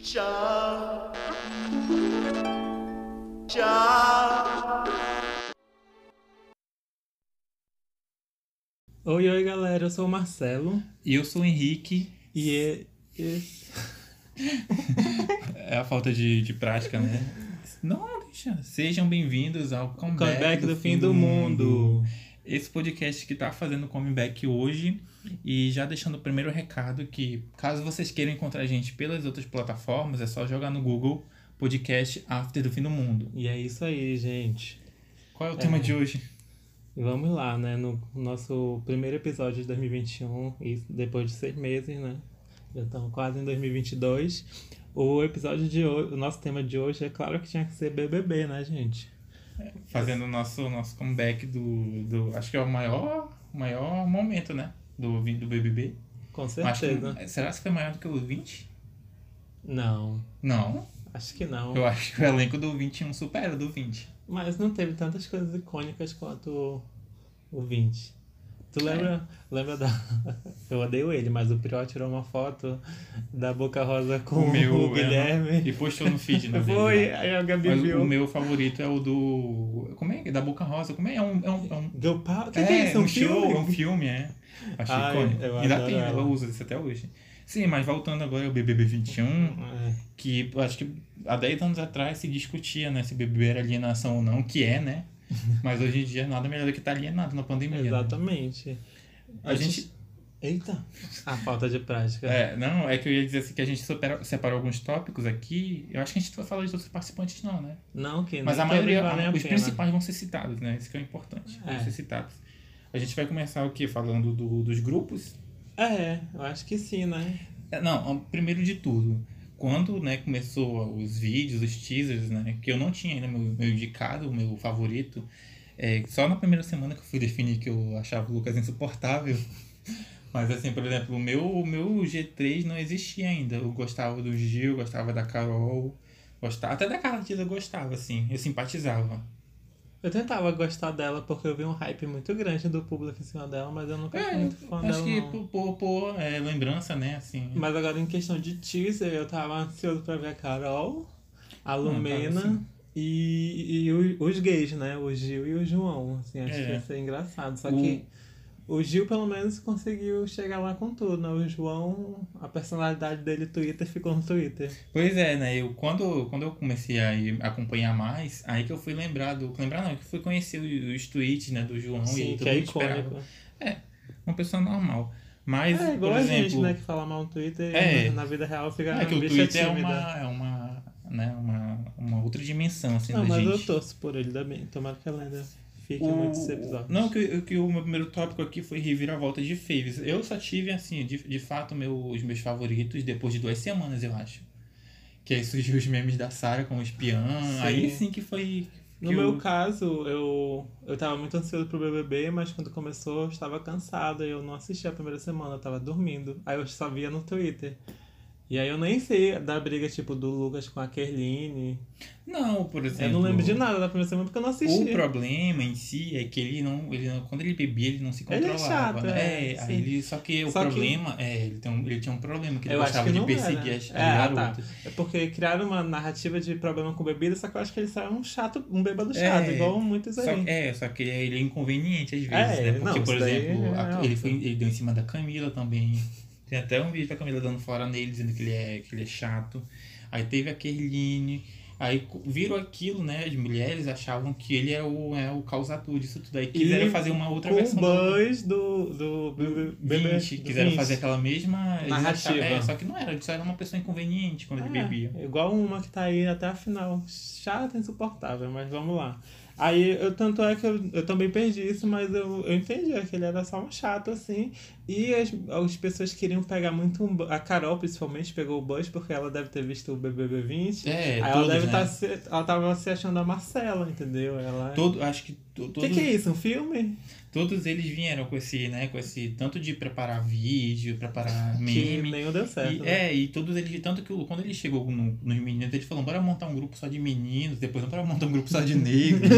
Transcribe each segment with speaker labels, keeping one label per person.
Speaker 1: Tchau. Tchau.
Speaker 2: Oi, oi, galera. Eu sou o Marcelo.
Speaker 3: E eu sou o Henrique.
Speaker 2: E é. esse-
Speaker 3: É a falta de, de prática, né? Não, deixa. Sejam bem-vindos ao comeback,
Speaker 2: Comeback do Fim do Mundo.
Speaker 3: Esse podcast que tá fazendo comeback hoje. E já deixando o primeiro recado que, caso vocês queiram encontrar a gente pelas outras plataformas, é só jogar no Google podcast After do Fim do Mundo.
Speaker 2: E é isso aí, gente.
Speaker 3: Qual é o tema de hoje?
Speaker 2: Vamos lá, né? No nosso primeiro episódio de 2021, e depois de seis meses, né? Já estamos quase em 2022. O episódio de hoje, o nosso tema de hoje, é claro que tinha que ser BBB, né, gente?
Speaker 3: Fazendo o nosso, nosso comeback do, do. Acho que é o maior, maior momento, né? Do, do BBB.
Speaker 2: Com
Speaker 3: Acho que-
Speaker 2: certeza.
Speaker 3: será que foi maior do que o 20?
Speaker 2: Não,
Speaker 3: Não.
Speaker 2: acho que não.
Speaker 3: Eu acho que o elenco do 21 supera o do 20.
Speaker 2: Mas não teve tantas coisas icônicas quanto o 20. Tu lembra,
Speaker 3: É.
Speaker 2: lembra da. Eu odeio ele, mas o Piró tirou uma foto da Boca Rosa com o, Guilherme.
Speaker 3: é, E postou no feed, né? dele
Speaker 2: Foi,
Speaker 3: lá.
Speaker 2: aí a Gabi
Speaker 3: Mas
Speaker 2: viu.
Speaker 3: o meu favorito é o do. Como é? Da Boca Rosa. Como é? É um. É um, é um...
Speaker 2: Do pau. Que que é isso? Um,
Speaker 3: show,
Speaker 2: filme?
Speaker 3: é um filme, é. Achei
Speaker 2: Ai,
Speaker 3: icônico.
Speaker 2: eu
Speaker 3: Ainda
Speaker 2: adoro
Speaker 3: tem, ela
Speaker 2: ela.
Speaker 3: usa isso até hoje. Sim, mas voltando agora ao BBB 21,
Speaker 2: É,
Speaker 3: que eu acho que há 10 anos atrás se discutia, né? Se BBB era alienação ou não, que é, né? Mas hoje em dia nada melhor do que estar alienado na pandemia. né?
Speaker 2: exatamente.
Speaker 3: A gente.
Speaker 2: Eita! A falta de prática.
Speaker 3: É, não, é que eu ia dizer assim que a gente supera- separou alguns tópicos aqui. Eu acho que a gente não vai falar de outros participantes, não, né?
Speaker 2: Não, que
Speaker 3: Mas
Speaker 2: nem
Speaker 3: a
Speaker 2: todos
Speaker 3: maioria,
Speaker 2: valem a
Speaker 3: os
Speaker 2: pena.
Speaker 3: principais vão ser citados, né? Isso que é o importante,
Speaker 2: É.
Speaker 3: vão ser citados. A gente vai começar o quê? Falando do- dos grupos?
Speaker 2: É, eu acho que sim, né?
Speaker 3: É, Não, ó, primeiro de tudo, quando né, começou os vídeos, os teasers, né? Que eu não tinha ainda meu, meu indicado, meu favorito. é, só na primeira semana que eu fui definir que eu achava o Lucas insuportável. Mas assim, por exemplo, o meu, o meu G3 não existia ainda. Eu gostava do Gil, gostava da Carol, gostava. Até da Carla Dias eu gostava, assim, eu simpatizava.
Speaker 2: Eu tentava gostar dela porque eu vi um hype muito grande do público em cima dela, mas eu nunca fui
Speaker 3: É,
Speaker 2: muito fã
Speaker 3: acho
Speaker 2: dela.
Speaker 3: que
Speaker 2: não.
Speaker 3: por, por, por, é, lembrança, né, assim.
Speaker 2: Mas agora em questão de teaser, eu tava ansioso pra ver a Carol, a
Speaker 3: Ah, tava
Speaker 2: Lumena
Speaker 3: assim.
Speaker 2: e, e o- os gays, né? O Gil e o João. Assim, acho
Speaker 3: É.
Speaker 2: que ia ser engraçado. Só
Speaker 3: O-
Speaker 2: que o Gil pelo menos conseguiu chegar lá com tudo, né? O João, a personalidade dele Twitter ficou no Twitter.
Speaker 3: Pois é, né? Eu, quando, quando eu comecei a ir acompanhar mais, aí que eu fui lembrado. Lembrar não, é que eu fui conhecer os, os tweets, né, do João e
Speaker 2: Sim,
Speaker 3: aí todo
Speaker 2: que é
Speaker 3: mundo esperava.
Speaker 2: icônico.
Speaker 3: Uma pessoa normal. Mas,
Speaker 2: É igual
Speaker 3: por
Speaker 2: a
Speaker 3: exemplo.
Speaker 2: gente, né? Que fala mal no Twitter e
Speaker 3: É.
Speaker 2: na vida real fica
Speaker 3: É que o
Speaker 2: bicha
Speaker 3: Twitter é
Speaker 2: tímida.
Speaker 3: uma. É uma, né, uma, uma outra dimensão, assim,
Speaker 2: Não,
Speaker 3: da
Speaker 2: mas
Speaker 3: gente.
Speaker 2: eu torço por ele também. Tomara que ela ainda fique
Speaker 3: O-
Speaker 2: muitos episódios.
Speaker 3: Não, que, que o meu primeiro tópico aqui foi reviravolta de faves. Eu só tive, assim, de, de fato, meu, os meus favoritos depois de duas semanas, eu acho. Que aí surgiu os memes da Sarah com o espiã.
Speaker 2: Sim.
Speaker 3: Aí sim que foi. que
Speaker 2: No
Speaker 3: eu-
Speaker 2: meu caso, eu, eu tava muito ansioso pro BBB, mas quando começou eu estava cansado e eu não assisti a primeira semana, eu tava dormindo. Aí eu só via no Twitter. E aí eu nem sei da briga, tipo, do Lucas com a Kerline.
Speaker 3: Não, por exemplo.
Speaker 2: Eu não lembro de nada da primeira semana porque eu não assisti.
Speaker 3: O problema em si é que ele não, ele não- quando ele bebia, ele não se
Speaker 2: Ele é
Speaker 3: controlava.
Speaker 2: chato,
Speaker 3: né?
Speaker 2: é,
Speaker 3: aí
Speaker 2: sim.
Speaker 3: ele, só que o
Speaker 2: Só que-
Speaker 3: problema é, ele, tem um- ele tinha um problema que ele
Speaker 2: Eu acho
Speaker 3: gostava
Speaker 2: que
Speaker 3: de
Speaker 2: não
Speaker 3: perseguir
Speaker 2: era.
Speaker 3: as, as
Speaker 2: É, tá.
Speaker 3: garotas.
Speaker 2: É porque criaram uma narrativa de problema com bebida, só que eu acho que ele saiu um chato, um bêbado chato,
Speaker 3: É.
Speaker 2: igual muitos
Speaker 3: Só,
Speaker 2: aí.
Speaker 3: é, só que ele é inconveniente às vezes,
Speaker 2: É,
Speaker 3: né? Porque,
Speaker 2: não,
Speaker 3: por
Speaker 2: isso daí
Speaker 3: exemplo,
Speaker 2: é
Speaker 3: a-
Speaker 2: alto.
Speaker 3: ele, foi, ele deu em cima da Camila também. Tem até um vídeo da Camila dando fora nele, dizendo que ele é, que ele é chato. Aí teve a Kerline. Aí co- virou aquilo, né? As mulheres achavam que ele é o, é o causador disso tudo. Aí quiseram fazer uma outra
Speaker 2: com
Speaker 3: versão. do-
Speaker 2: buzz do, do, BBB. do
Speaker 3: 20, quiseram
Speaker 2: 20.
Speaker 3: fazer aquela mesma eles
Speaker 2: Narrativa.
Speaker 3: acharam- É, só que não era, ele só era uma pessoa inconveniente quando ele
Speaker 2: É,
Speaker 3: bebia.
Speaker 2: Igual uma que tá aí até a final. Chata, insuportável, mas vamos lá. Aí, eu, tanto é que eu, eu também perdi isso, mas eu, eu entendi é que ele era só um chato, assim. E as, as pessoas queriam pegar muito. um bu- A Carol, principalmente, pegou o buzz porque ela deve ter visto o BBB 20.
Speaker 3: É,
Speaker 2: aí ela
Speaker 3: todos,
Speaker 2: deve
Speaker 3: né?
Speaker 2: tá se- ela tava se achando a Marcela, entendeu? Ela
Speaker 3: Todo, acho que to-
Speaker 2: O
Speaker 3: todos,
Speaker 2: que, que é isso? Um filme?
Speaker 3: todos eles vieram com esse, né, com esse tanto de preparar vídeo, preparar
Speaker 2: Que
Speaker 3: meme.
Speaker 2: nenhum deu certo.
Speaker 3: E-
Speaker 2: né?
Speaker 3: é, e todos eles, tanto que o- quando ele chegou no- nos meninos, ele falou, bora montar um grupo só de meninos, depois bora montar um grupo só de negros.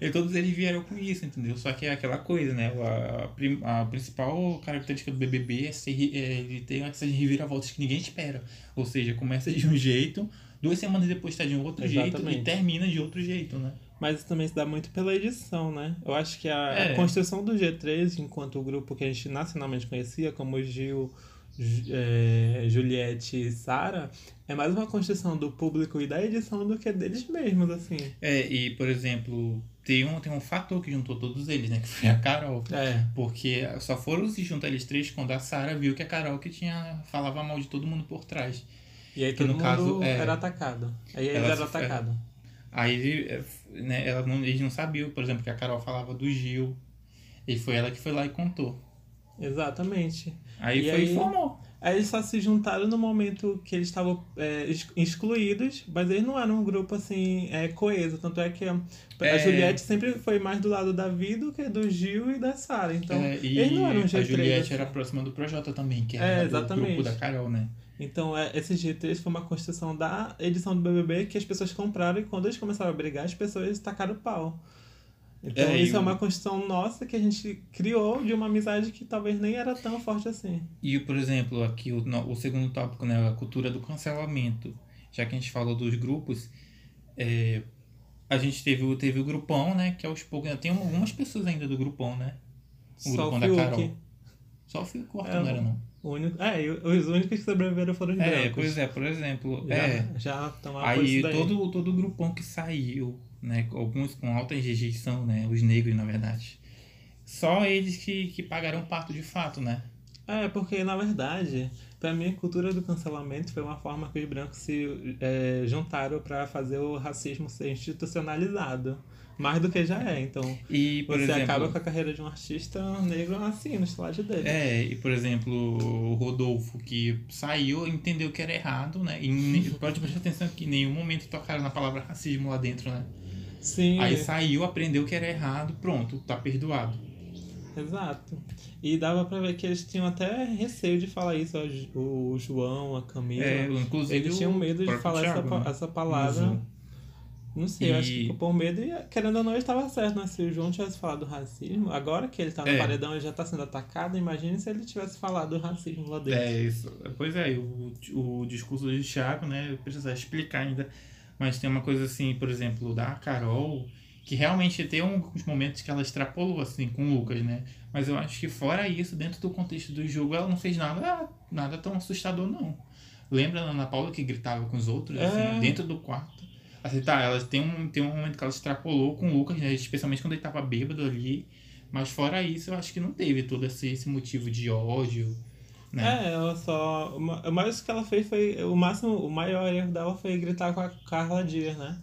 Speaker 3: e todos eles vieram com isso, entendeu? Só que é aquela coisa, né? A, a prim- a principal característica do BBB é, ser, ri- é ele ter essas reviravoltas que ninguém espera. Ou seja, começa de um jeito, duas semanas depois tá de um outro jeito
Speaker 2: Exatamente.
Speaker 3: e termina de outro jeito, né?
Speaker 2: Mas isso também se dá muito pela edição, né? Eu acho que a, a
Speaker 3: É.
Speaker 2: construção do G3, enquanto grupo que a gente nacionalmente conhecia, como Gil, Ju- é, Juliette e Sara, é mais uma construção do público e da edição do que deles mesmos, assim.
Speaker 3: É, e por exemplo, tem um, tem um fator que juntou todos eles, né? Que foi a Carol.
Speaker 2: É.
Speaker 3: Porque só foram se juntar eles três quando a Sarah viu que a Carol que tinha falava mal de todo mundo por trás.
Speaker 2: E aí
Speaker 3: Que
Speaker 2: todo
Speaker 3: no
Speaker 2: mundo
Speaker 3: caso, é.
Speaker 2: era atacado. Aí eles
Speaker 3: Ela
Speaker 2: eram
Speaker 3: se-
Speaker 2: atacados.
Speaker 3: Aí eh, né, ela não, eles não sabiam, por exemplo, que a Carol falava do Gil. E foi ela que foi lá e contou.
Speaker 2: Exatamente.
Speaker 3: Aí
Speaker 2: E
Speaker 3: foi
Speaker 2: aí-
Speaker 3: e formou.
Speaker 2: Aí eles só se juntaram no momento que eles estavam é, ex- excluídos, mas eles não eram um grupo assim é, coeso. Tanto é que a, a
Speaker 3: É.
Speaker 2: Juliette sempre foi mais do lado da Vi do que do Gil e da Sara. Então,
Speaker 3: É, e
Speaker 2: eles não eram
Speaker 3: a
Speaker 2: G3,
Speaker 3: Juliette
Speaker 2: assim.
Speaker 3: era próxima do Projota também, que
Speaker 2: É,
Speaker 3: era do
Speaker 2: exatamente.
Speaker 3: grupo da Carol, né?
Speaker 2: então é, esse G3 foi uma construção da edição do BBB que as pessoas compraram e quando eles começaram a brigar, as pessoas tacaram o pau. Então
Speaker 3: É, e
Speaker 2: isso é
Speaker 3: o-
Speaker 2: uma construção nossa que a gente criou de uma amizade que talvez nem era tão forte assim.
Speaker 3: E, por exemplo, aqui o, no- o segundo tópico, né? A cultura do cancelamento. Já que a gente falou dos grupos, é, a gente teve, o- teve o grupão, né? Que aos poucos. Tem algumas pessoas ainda do grupão, né? O
Speaker 2: Só
Speaker 3: grupão
Speaker 2: o
Speaker 3: da
Speaker 2: Fiuk.
Speaker 3: né, Carol. Só o Fiuk Corta
Speaker 2: É,
Speaker 3: não era, não.
Speaker 2: O único... É, e os únicos que sobreviveram foram os
Speaker 3: É,
Speaker 2: brancos.
Speaker 3: pois é, por exemplo.
Speaker 2: Já,
Speaker 3: é,
Speaker 2: já tomava por
Speaker 3: aí
Speaker 2: isso daí.
Speaker 3: todo, todo o grupão que saiu, né? com Alguns com alta rejeição, né? Os negros, na verdade. Só eles que, que pagaram parto de fato, né?
Speaker 2: É, porque na verdade, pra mim a cultura do cancelamento foi uma forma que os brancos se é, juntaram pra fazer o racismo ser institucionalizado. Mais do que já é, então.
Speaker 3: E, por
Speaker 2: Você
Speaker 3: exemplo.
Speaker 2: acaba com a carreira de um artista negro assim, no estágio dele.
Speaker 3: É, e por exemplo, o Rodolfo, que saiu, entendeu que era errado, né? E ne- pode prestar atenção que em nenhum momento tocaram na palavra racismo lá dentro, né?
Speaker 2: Sim, é,
Speaker 3: Aí saiu, aprendeu que era errado, pronto, tá perdoado.
Speaker 2: exato. E dava pra ver que eles tinham até receio de falar isso, ó, o João, a Camila.
Speaker 3: É, inclusive,
Speaker 2: Eles tinham
Speaker 3: o
Speaker 2: medo de
Speaker 3: próprio
Speaker 2: falar essa,
Speaker 3: Thiago,
Speaker 2: pa-
Speaker 3: né?
Speaker 2: essa palavra.
Speaker 3: Mas,
Speaker 2: Não sei, eu acho
Speaker 3: E-
Speaker 2: que por medo, e, querendo ou não, ele estava certo, né? Se o João tivesse falado racismo, agora que ele tá no
Speaker 3: É.
Speaker 2: paredão e já tá sendo atacado, imagine se ele tivesse falado racismo lá dentro.
Speaker 3: É, isso. Pois é, o, o discurso do Thiago, né? Eu precisava explicar ainda. Mas tem uma coisa assim, por exemplo, da Carol, que realmente tem alguns momentos que ela extrapolou, assim, com o Lucas, né? Mas eu acho que fora isso, dentro do contexto do jogo, ela não fez nada, ah, nada tão assustador, não. Lembra a Ana Paula que gritava com os outros,
Speaker 2: É.
Speaker 3: assim, dentro do quarto? Assim, tá, ela tem um, tem um momento que ela extrapolou com o Lucas, né? Especialmente quando ele tava bêbado ali. Mas fora isso, eu acho que não teve todo esse, esse motivo de ódio, né?
Speaker 2: É, ela só. uma- O mais que ela fez foi. O máximo, o maior erro dela foi gritar com a Carla Dias, né?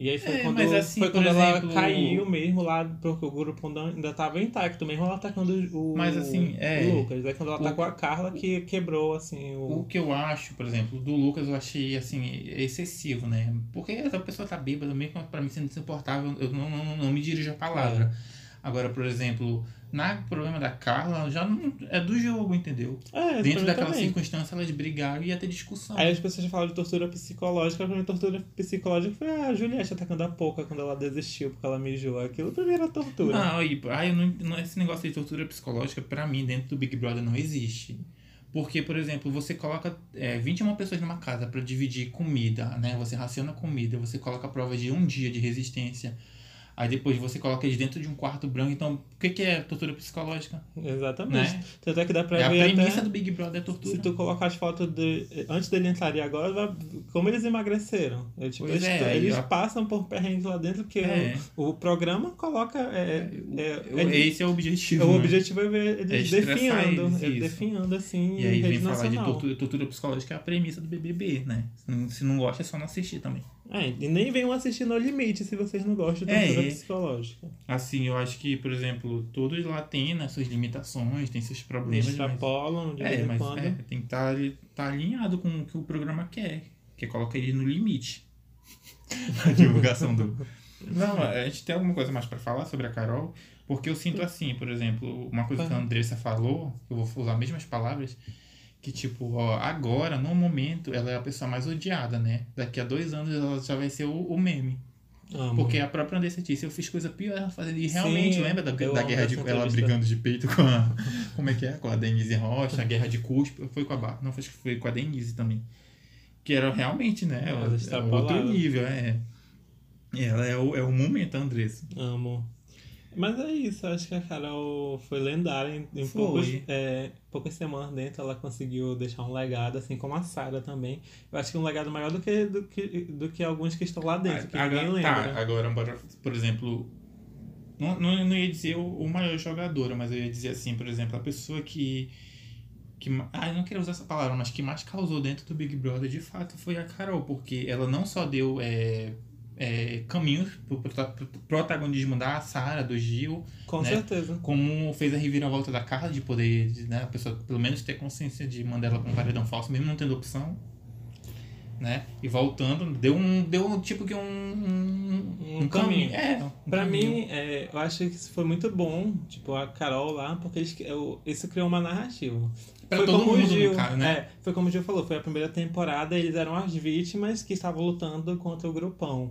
Speaker 2: E aí foi
Speaker 3: É,
Speaker 2: quando,
Speaker 3: mas assim,
Speaker 2: foi
Speaker 3: por
Speaker 2: quando ela
Speaker 3: exemplo-
Speaker 2: caiu mesmo lá, porque o grupo não- ainda tava intacto, mesmo ela atacando o,
Speaker 3: Mas, assim, é.
Speaker 2: o Lucas. Aí quando ela
Speaker 3: O-
Speaker 2: atacou a Carla que quebrou, assim, o.
Speaker 3: O que eu acho, por exemplo, do Lucas eu achei assim, excessivo, né? Porque essa pessoa tá bêbada, mesmo pra mim sendo insuportável, eu não, não, não me dirijo a palavra. Agora, por exemplo, na problema da Carla, já não é do jogo, entendeu?
Speaker 2: É,
Speaker 3: Dentro
Speaker 2: pra mim
Speaker 3: daquela
Speaker 2: também.
Speaker 3: circunstância, elas brigaram e ia ter discussão.
Speaker 2: Aí as pessoas falam de tortura psicológica. A primeira tortura psicológica foi "Ah, a Juliette atacando a pouca quando ela desistiu porque ela mijou. Aquilo primeiro era tortura.
Speaker 3: Não, e, ai, eu não, ent- não- esse negócio de tortura psicológica, pra mim, dentro do Big Brother não existe. Porque, por exemplo, você coloca é, 21 pessoas numa casa pra dividir comida, né? Você raciona comida, você coloca a prova de um dia de resistência. Aí depois você coloca eles dentro de um quarto branco. Então, o que, que é tortura psicológica?
Speaker 2: Exatamente.
Speaker 3: Né?
Speaker 2: Tanto é que dá pra
Speaker 3: É a
Speaker 2: ver
Speaker 3: premissa
Speaker 2: até...
Speaker 3: do Big Brother é tortura.
Speaker 2: Se tu colocar as fotos de... antes dele entrar e agora, vai- como eles emagreceram. É, tipo,
Speaker 3: Pois
Speaker 2: eles,
Speaker 3: é, aí
Speaker 2: eles
Speaker 3: a-
Speaker 2: passam por perrengues lá dentro que
Speaker 3: É.
Speaker 2: o, o programa coloca. é,
Speaker 3: O-
Speaker 2: é,
Speaker 3: o-
Speaker 2: é-
Speaker 3: esse é o objetivo.
Speaker 2: o
Speaker 3: né?
Speaker 2: objetivo é ver eles
Speaker 3: É estressar
Speaker 2: definhando.
Speaker 3: eles,
Speaker 2: eles
Speaker 3: isso.
Speaker 2: definhando assim
Speaker 3: E aí
Speaker 2: em rede
Speaker 3: vem falar de
Speaker 2: nacional.
Speaker 3: tortura, tortura psicológica, é a premissa do BBB, né? Se não- Se não gosta, é só não assistir também.
Speaker 2: É, e nem venham assistir No Limite se vocês não gostam de
Speaker 3: É,
Speaker 2: tortura
Speaker 3: e-
Speaker 2: psicológica.
Speaker 3: Assim, eu acho que, por exemplo, todos lá têm né, suas limitações, têm seus problemas.
Speaker 2: Eles
Speaker 3: mas-
Speaker 2: extrapolam tá de vez
Speaker 3: É,
Speaker 2: em
Speaker 3: mas
Speaker 2: quando.
Speaker 3: é, tem que estar alinhado com o que o programa quer, que é colocar ele no limite. A divulgação do, Não, a gente tem alguma coisa mais pra falar sobre a Carol? Porque eu sinto assim, por exemplo, uma coisa que a Andressa falou, eu vou usar as mesmas palavras, que tipo, ó, agora, no momento, ela é a pessoa mais odiada, né? Daqui a dois anos ela já vai ser o, o meme.
Speaker 2: Amo.
Speaker 3: Porque a própria Andressa disse, eu fiz coisa pior ela fazendo. E realmente,
Speaker 2: Sim,
Speaker 3: lembra da,
Speaker 2: eu
Speaker 3: da
Speaker 2: amo
Speaker 3: guerra de
Speaker 2: essa
Speaker 3: ela
Speaker 2: entrevista.
Speaker 3: brigando de peito com a. Como é que é? Com a Denise Rocha, a guerra de cuspe. Foi com a Bárbara. Não, foi, foi com a Denise também. Que era realmente, né?
Speaker 2: Ela
Speaker 3: ela-
Speaker 2: está
Speaker 3: é outro
Speaker 2: bolada.
Speaker 3: nível, é. Ela é o, é o momento, a Andressa.
Speaker 2: Amo. Mas é isso, eu acho que a Carol foi lendária. Em, em
Speaker 3: Foi.
Speaker 2: poucos- é, poucas semanas dentro, ela conseguiu deixar um legado, assim como a Sarah também. Eu acho que um legado maior do que, do que, do que alguns que estão lá dentro, que
Speaker 3: Agora-
Speaker 2: ninguém lembra.
Speaker 3: Tá, agora, bora- por exemplo, não, não, não ia dizer o, o maior jogador, mas eu ia dizer assim, por exemplo, a pessoa que. que ma- ah, eu não queria usar essa palavra, mas que mais causou dentro do Big Brother de fato foi a Carol, porque ela não só deu é, é, caminhos pro, prota- pro protagonismo da Sarah, do Gil,
Speaker 2: Com
Speaker 3: né?
Speaker 2: certeza.
Speaker 3: como fez a reviravolta da Carla de poder, de, né, a pessoa pelo menos ter consciência de mandar ela pra um paredão falso, mesmo não tendo opção. Né? E voltando, deu um. Deu um tipo que um. Um,
Speaker 2: Um caminho.
Speaker 3: É, um
Speaker 2: Pra
Speaker 3: caminho.
Speaker 2: mim, é, eu acho que isso foi muito bom, tipo, a Carol lá, porque eles, eu- isso criou uma narrativa.
Speaker 3: Pra
Speaker 2: foi
Speaker 3: todo
Speaker 2: como o
Speaker 3: mundo, no
Speaker 2: Gil,
Speaker 3: caso, né?
Speaker 2: é, foi como o Gil falou, foi a primeira temporada, eles eram as vítimas que estavam lutando contra o grupão.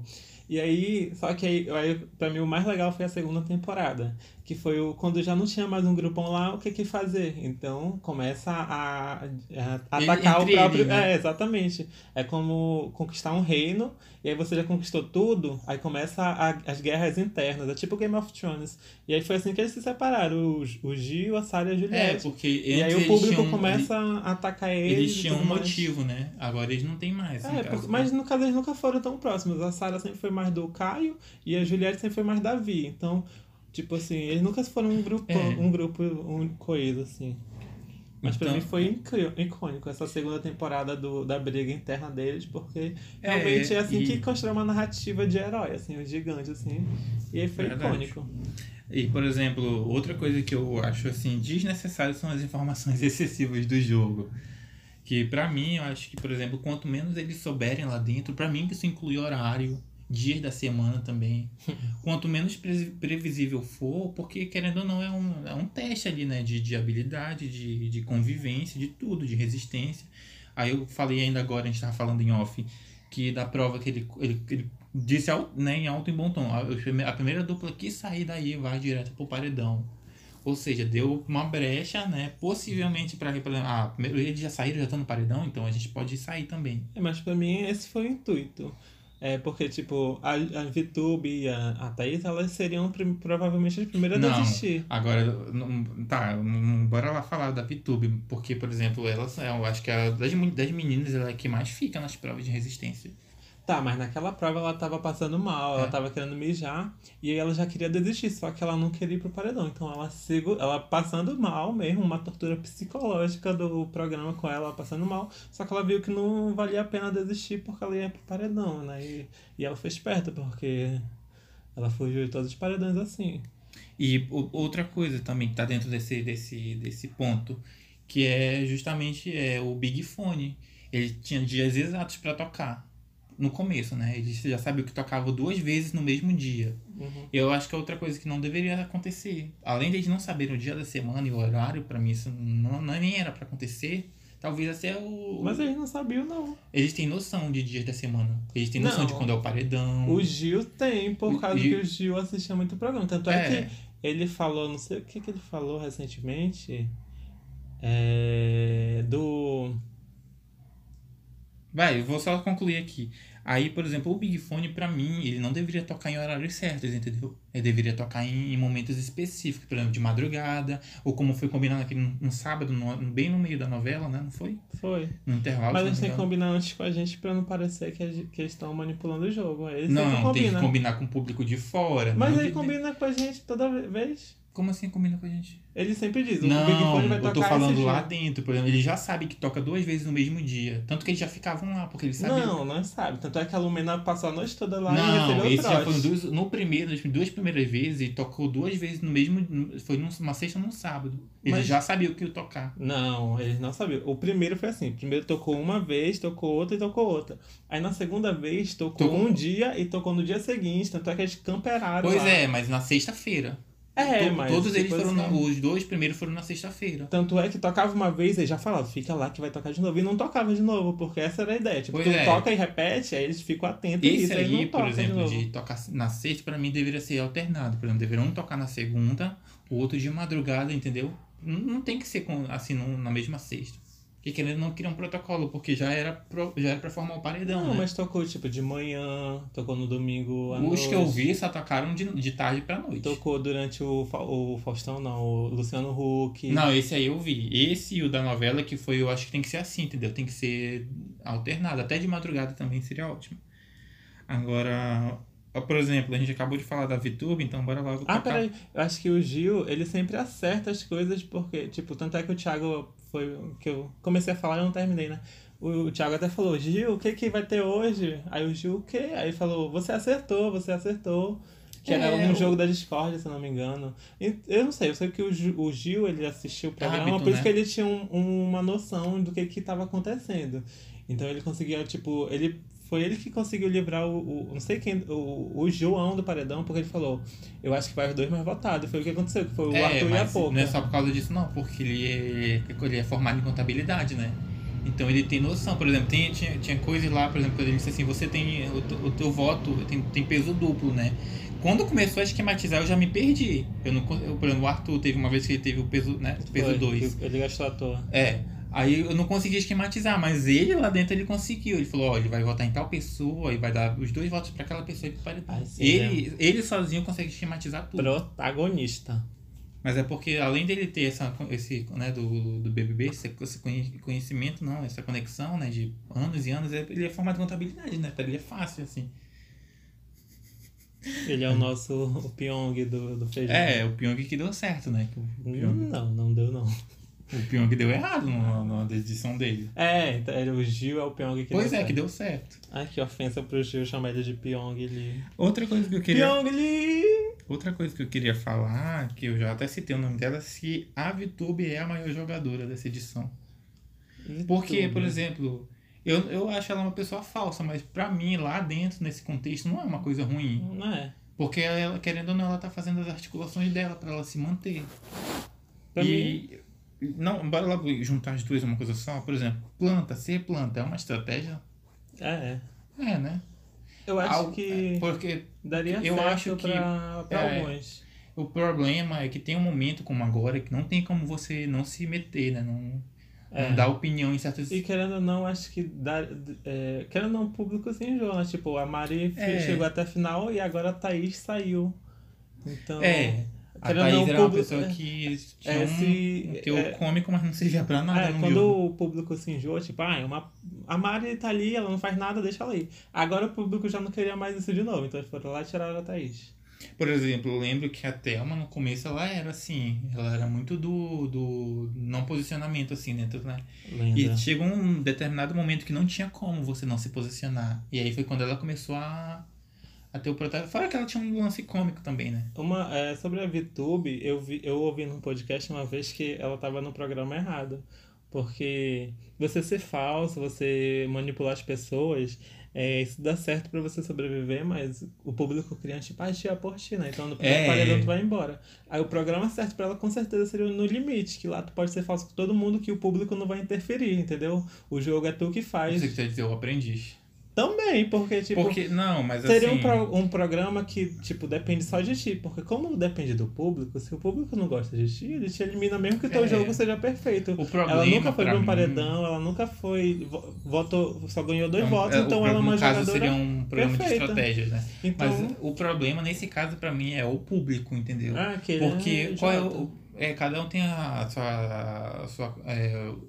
Speaker 2: E aí, só que aí, aí, pra mim o mais legal foi a segunda temporada, que foi o, quando já não tinha mais um grupão lá, o que que fazer? Então, começa a, a atacar
Speaker 3: entre
Speaker 2: o próprio...
Speaker 3: eles, né?
Speaker 2: É, exatamente. É como conquistar um reino, e aí você já conquistou tudo, aí começa a- as guerras internas, é tipo Game of Thrones. E aí foi assim que eles se separaram, o, o Gil, a Sarah e a
Speaker 3: É,
Speaker 2: Juliette.
Speaker 3: porque
Speaker 2: e aí
Speaker 3: antes
Speaker 2: o público
Speaker 3: eles tinham,
Speaker 2: começa a atacar eles.
Speaker 3: Eles,
Speaker 2: e
Speaker 3: tinham um
Speaker 2: tudo mais.
Speaker 3: motivo, né? Agora eles não têm mais. no
Speaker 2: É,
Speaker 3: caso,
Speaker 2: porque-
Speaker 3: né?
Speaker 2: mas no caso eles nunca foram tão próximos. A Sarah sempre foi mais do Caio e a Juliette sempre foi mais da Vi. Então, tipo assim, eles nunca foram um grupo,
Speaker 3: É.
Speaker 2: um grupo um coeso, assim. Mas pra
Speaker 3: Então-
Speaker 2: mim foi incri- icônico essa segunda temporada do, da briga interna deles, porque
Speaker 3: É,
Speaker 2: realmente é assim
Speaker 3: e-
Speaker 2: que constrói uma narrativa de herói, assim, um gigante, assim. E aí foi
Speaker 3: Verdade.
Speaker 2: icônico.
Speaker 3: E, por exemplo, outra coisa que eu acho assim desnecessária são as informações excessivas do jogo. Que pra mim, eu acho que, por exemplo, quanto menos eles souberem lá dentro, pra mim isso inclui horário, dias da semana também. quanto menos pre- previsível for, porque querendo ou não, é um, é um teste ali, né? De, de habilidade, de, de convivência, de tudo, de resistência. Aí eu falei ainda agora, a gente tava falando em off, que da prova que ele, ele, ele disse ao- né, em alto e bom tom, a, os prime- a primeira dupla que sair daí vai direto pro paredão. Ou seja, deu uma brecha, né? Possivelmente pra. pra- Ah, primeiro eles já saíram, já estão no paredão, então a gente pode sair também.
Speaker 2: É, mas pra mim esse foi o intuito. É, porque, tipo, a, a Vitube e a, a Thaís, elas seriam prim- provavelmente as primeiras a
Speaker 3: Não.
Speaker 2: desistir.
Speaker 3: Agora, não- tá, não- bora lá falar da VTube, porque, por exemplo, ela, é, eu acho que a, das, mu- das meninas ela é a que mais fica nas provas de resistência.
Speaker 2: Tá, mas naquela prova ela tava passando mal, ela
Speaker 3: É.
Speaker 2: tava querendo mijar, e aí ela já queria desistir, só que ela não queria ir pro paredão. Então ela segura, ela passando mal mesmo, uma tortura psicológica do programa com ela, passando mal, só que ela viu que não valia a pena desistir porque ela ia pro paredão, né? E, e ela foi esperta, porque ela fugiu de todos os paredões assim.
Speaker 3: E o- outra coisa também que tá dentro desse, desse, desse ponto, que é justamente é, o Big Fone. Ele tinha dias exatos pra tocar. No começo, né? Ele já sabia que tocava duas vezes no mesmo dia.
Speaker 2: Uhum.
Speaker 3: Eu acho que é outra coisa que não deveria acontecer. Além deles não saberem o dia da semana e o horário, pra mim isso não, não- nem era pra acontecer. Talvez até o.
Speaker 2: Mas é eles não sabiam, não.
Speaker 3: Eles têm noção de dias da semana. Eles têm noção
Speaker 2: Não.
Speaker 3: de quando é o paredão.
Speaker 2: O Gil tem, por
Speaker 3: O
Speaker 2: causa
Speaker 3: Gil-
Speaker 2: que o Gil assistia muito programa. Tanto é,
Speaker 3: É.
Speaker 2: que ele falou, não sei o que, que ele falou recentemente. É, do.
Speaker 3: Vai, eu vou só concluir aqui. Aí, por exemplo, o Big Fone, pra mim, ele não deveria tocar em horários certos, entendeu? Ele deveria tocar em, em momentos específicos, por exemplo, de madrugada, ou como foi combinado aqui num, num sábado, no- bem no meio da novela, né? Não foi?
Speaker 2: Foi.
Speaker 3: No intervalo. né? Então,
Speaker 2: Mas
Speaker 3: se não
Speaker 2: eles
Speaker 3: me
Speaker 2: têm que
Speaker 3: engano.
Speaker 2: combinar antes com a gente pra não parecer que, a gente- que eles estão manipulando o jogo. Eles
Speaker 3: Não,
Speaker 2: sempre
Speaker 3: tem que
Speaker 2: combinam.
Speaker 3: combinar com o público de fora.
Speaker 2: Mas
Speaker 3: não
Speaker 2: ele
Speaker 3: de-
Speaker 2: combina com a gente toda vez.
Speaker 3: Como assim combina com a gente?
Speaker 2: Ele sempre diz, o Big
Speaker 3: Não,
Speaker 2: Fone vai
Speaker 3: eu
Speaker 2: tocar
Speaker 3: tô falando
Speaker 2: esse
Speaker 3: lá
Speaker 2: dia.
Speaker 3: dentro, por exemplo. Ele já sabe que toca duas vezes no mesmo dia. Tanto que eles já ficavam lá, porque eles
Speaker 2: Não,
Speaker 3: sabiam.
Speaker 2: não sabe. Tanto é que a Lumena passou a noite toda lá e
Speaker 3: Não,
Speaker 2: recebeu
Speaker 3: esse
Speaker 2: o trote.
Speaker 3: já foi um em dois, no primeiro, nas duas primeiras vezes, ele tocou duas vezes no mesmo. Foi num- numa sexta ou num sábado. Ele
Speaker 2: Mas-
Speaker 3: já sabia o que ia tocar.
Speaker 2: Não, eles não sabiam. O primeiro foi assim: primeiro tocou uma vez, tocou outra e tocou outra. Aí na segunda vez tocou
Speaker 3: Tocou.
Speaker 2: um dia e tocou no dia seguinte, tanto é que eles camperaram.
Speaker 3: Pois
Speaker 2: lá.
Speaker 3: é, mas na sexta-feira.
Speaker 2: É,
Speaker 3: To-
Speaker 2: mas.
Speaker 3: Todos
Speaker 2: tipo
Speaker 3: eles foram. na-
Speaker 2: assim,
Speaker 3: os dois primeiros foram na sexta-feira.
Speaker 2: Tanto é que tocava uma vez, eles já falavam, fica lá que vai tocar de novo. E não tocava de novo, porque essa era a ideia. Tipo,
Speaker 3: Pois
Speaker 2: tu
Speaker 3: é.
Speaker 2: toca e repete, aí eles ficam atentos e
Speaker 3: Esse
Speaker 2: isso aí,
Speaker 3: aí,
Speaker 2: então não toca
Speaker 3: por exemplo,
Speaker 2: de novo.
Speaker 3: de, tocar na sexta, pra mim deveria ser alternado. Por exemplo, deveria um tocar na segunda, o outro de madrugada, entendeu? Não, não tem que ser com- assim num- na mesma sexta. Porque querendo não criar um protocolo, porque já era, pro- já era pra formar o paredão.
Speaker 2: Não,
Speaker 3: né?
Speaker 2: mas tocou tipo de manhã, tocou no domingo à
Speaker 3: Os
Speaker 2: noite.
Speaker 3: que eu vi só tocaram de, de tarde pra noite.
Speaker 2: Tocou durante o, Fa- o Faustão, não, o Luciano Huck.
Speaker 3: Não, esse aí eu vi. Esse e o da novela, que foi, eu acho que tem que ser assim, entendeu? Tem que ser alternado. Até de madrugada também seria ótimo. Agora, ó, por exemplo, a gente acabou de falar da VTube, então bora logo.
Speaker 2: Ah,
Speaker 3: tocar.
Speaker 2: peraí, eu acho que o Gil, ele sempre acerta as coisas, porque, tipo, tanto é que o Thiago foi. o que eu comecei a falar e não terminei, né? O, o Thiago até falou, Gil, o que que vai ter hoje? Aí o Gil, o quê? Aí ele falou, você acertou, você acertou. Que era
Speaker 3: É,
Speaker 2: um
Speaker 3: o-
Speaker 2: jogo da Discord, se eu não me engano. E eu não sei, eu sei que o Gil, o Gil, ele assistiu o programa,
Speaker 3: Hábito,
Speaker 2: por isso
Speaker 3: né?
Speaker 2: que ele tinha um- uma noção do que que tava acontecendo. Então ele conseguia, tipo, ele foi ele que conseguiu livrar o, o- não sei quem, o, o João do paredão, porque ele falou, eu acho que vai os dois mais votados. Foi o que aconteceu, que foi o
Speaker 3: é,
Speaker 2: Arthur e a
Speaker 3: mas
Speaker 2: Pouca.
Speaker 3: não é só por causa disso, não, porque ele é, ele é formado em contabilidade, né? Então ele tem noção, por exemplo, tem, tinha, tinha coisas lá, por exemplo, quando ele disse assim, você tem. O, te- o teu voto tem, tem peso duplo, né? Quando começou a esquematizar, eu já me perdi. Eu não, con- eu, por exemplo, o Arthur teve uma vez que ele teve o peso, né? o
Speaker 2: Foi,
Speaker 3: Peso 2.
Speaker 2: que Ele gastou à toa.
Speaker 3: É. Aí eu não conseguia esquematizar, mas ele lá dentro ele conseguiu. Ele falou, ó, ele vai votar em tal pessoa e vai dar os dois votos pra aquela pessoa e pro paredão.
Speaker 2: Ai, sim, é um
Speaker 3: Ele, ele sozinho consegue esquematizar tudo.
Speaker 2: Protagonista.
Speaker 3: Mas é porque além dele ter essa, esse, né, do, do BBB, esse esse conhe- conhecimento, não, essa conexão, né, de anos e anos, ele é formado em contabilidade, né, pra ele é fácil, assim.
Speaker 2: Ele é o nosso o Pyong do, do feijão.
Speaker 3: É, o Pyong que deu certo, né, que o Pyong,
Speaker 2: Não, não deu não.
Speaker 3: o Pyong deu errado no- no- na edição dele.
Speaker 2: É, então, ele- o Gil é o Pyong que
Speaker 3: pois
Speaker 2: deu
Speaker 3: é, que
Speaker 2: certo.
Speaker 3: deu certo.
Speaker 2: Ai, que ofensa pro Gil chamar ele de Pyong Lee.
Speaker 3: Outra coisa que eu queria...
Speaker 2: Pyong Lee!
Speaker 3: Outra coisa que eu queria falar, que eu já até citei o nome dela, se a VTube é a maior jogadora dessa edição. Porque, por exemplo, eu, eu acho ela uma pessoa falsa, mas pra mim, lá dentro, nesse contexto, não é uma coisa ruim.
Speaker 2: Não é.
Speaker 3: Porque ela, querendo ou não, ela tá fazendo as articulações dela pra ela se manter.
Speaker 2: Pra
Speaker 3: e. Não, bora logo juntar as duas em uma coisa só. Por exemplo, planta, ser planta é uma estratégia?
Speaker 2: É.
Speaker 3: É, né?
Speaker 2: Eu acho
Speaker 3: Algo-
Speaker 2: que
Speaker 3: Porque
Speaker 2: daria
Speaker 3: eu
Speaker 2: certo
Speaker 3: acho que-
Speaker 2: pra, pra
Speaker 3: é.
Speaker 2: alguns.
Speaker 3: o problema é que tem um momento como agora que não tem como você não se meter, né? Não,
Speaker 2: É.
Speaker 3: não dar opinião em certas.
Speaker 2: E querendo ou não, acho que dá, é, querendo ou não, o público se enjoa, né? Tipo, a Mari fe-
Speaker 3: É.
Speaker 2: chegou até a final e agora a Thaís saiu. Então.
Speaker 3: É. A
Speaker 2: querendo ou
Speaker 3: Thaís
Speaker 2: não, o
Speaker 3: era uma
Speaker 2: público-
Speaker 3: pessoa que tinha
Speaker 2: é,
Speaker 3: um,
Speaker 2: se-
Speaker 3: um teu
Speaker 2: é-
Speaker 3: cômico, mas não servia pra nada
Speaker 2: É,
Speaker 3: no
Speaker 2: quando
Speaker 3: jogo.
Speaker 2: o público se enjoa, tipo, ah, é uma... a Mari tá ali, ela não faz nada, deixa ela ir. Agora o público já não queria mais isso de novo, então eles foram lá e tiraram a Thaís.
Speaker 3: Por exemplo, eu lembro que a Thelma no começo ela era assim, ela era muito do, do não posicionamento assim dentro, né? E
Speaker 2: Lenda.
Speaker 3: chegou um determinado momento que não tinha como você não se posicionar. E aí foi quando ela começou a, a ter o protagonismo. Fora que ela tinha um lance cômico também, né?
Speaker 2: Uma, é, sobre a VTube, eu, vi, eu ouvi num podcast uma vez que ela tava no programa errado. Porque você ser falso, você manipular as pessoas, é, isso dá certo pra você sobreviver, mas o público cria antipatia por ti, né? Então no primeiro
Speaker 3: É.
Speaker 2: paredão tu vai embora. Aí o programa certo pra ela com certeza seria o no limite, que lá tu pode ser falso com todo mundo que o público não vai interferir, entendeu? O jogo é tu que
Speaker 3: Não
Speaker 2: faz.
Speaker 3: sei o que quer dizer, o aprendiz.
Speaker 2: Também, porque tipo.
Speaker 3: Porque, não, mas
Speaker 2: Seria
Speaker 3: assim.
Speaker 2: um, pro- um programa que, tipo, depende só de ti, porque como depende do público, se o público não gosta de ti, ele te elimina mesmo que o teu
Speaker 3: É.
Speaker 2: jogo seja perfeito.
Speaker 3: O problema
Speaker 2: Ela nunca foi
Speaker 3: pra
Speaker 2: pra um
Speaker 3: mim-
Speaker 2: paredão, ela nunca foi. vo- Votou, só ganhou dois
Speaker 3: Então,
Speaker 2: votos,
Speaker 3: é, o
Speaker 2: então
Speaker 3: pro-
Speaker 2: ela é uma
Speaker 3: no caso,
Speaker 2: jogadora.
Speaker 3: seria um programa
Speaker 2: perfeita.
Speaker 3: de estratégias, né? Mas
Speaker 2: Então,
Speaker 3: o problema nesse caso pra mim é o público, entendeu?
Speaker 2: ah, aquele é
Speaker 3: Porque qual é
Speaker 2: idiota.
Speaker 3: o. É, cada um tem a, sua. a sua é, o-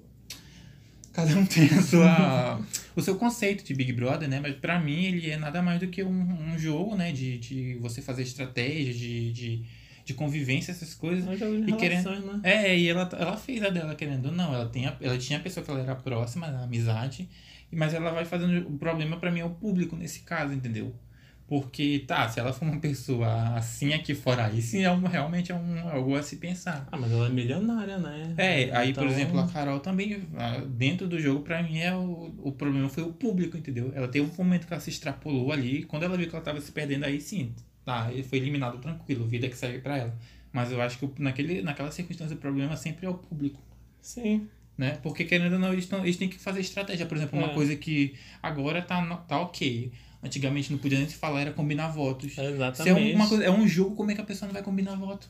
Speaker 3: cada um tem a sua. o seu conceito de Big Brother, né? Mas pra mim ele é nada mais do que um, um jogo, né? De, de você fazer estratégia, de. de de convivência, essas coisas.
Speaker 2: É um jogo de
Speaker 3: E querendo-
Speaker 2: relações, né?
Speaker 3: É, e ela, ela fez a dela, querendo ou não. Ela, tem a- ela tinha a pessoa que ela era próxima, a amizade, mas ela vai fazendo. O problema pra mim é o público nesse caso, entendeu? Porque, tá, se ela for uma pessoa assim aqui fora, aí sim é um- realmente é um, algo a se pensar.
Speaker 2: Ah, mas ela é milionária, né?
Speaker 3: É, aí, por
Speaker 2: Então-
Speaker 3: exemplo, a Carol também, ah, dentro do jogo, pra mim, é o, o problema foi o público, entendeu? Ela teve um momento que ela se extrapolou ali, quando ela viu que ela tava se perdendo, aí sim, tá, ele foi eliminado tranquilo, vida que segue pra ela. Mas eu acho que o- naquele, naquela circunstância o problema sempre é o público,
Speaker 2: Sim.
Speaker 3: né? Porque querendo ou não, eles, tão, eles têm que fazer estratégia. Por exemplo, uma
Speaker 2: É.
Speaker 3: coisa que agora tá, no- tá ok. Antigamente não podia nem se falar, era combinar votos. Se é,
Speaker 2: Exatamente.
Speaker 3: uma coisa, é um jogo, como é que a pessoa não vai combinar voto?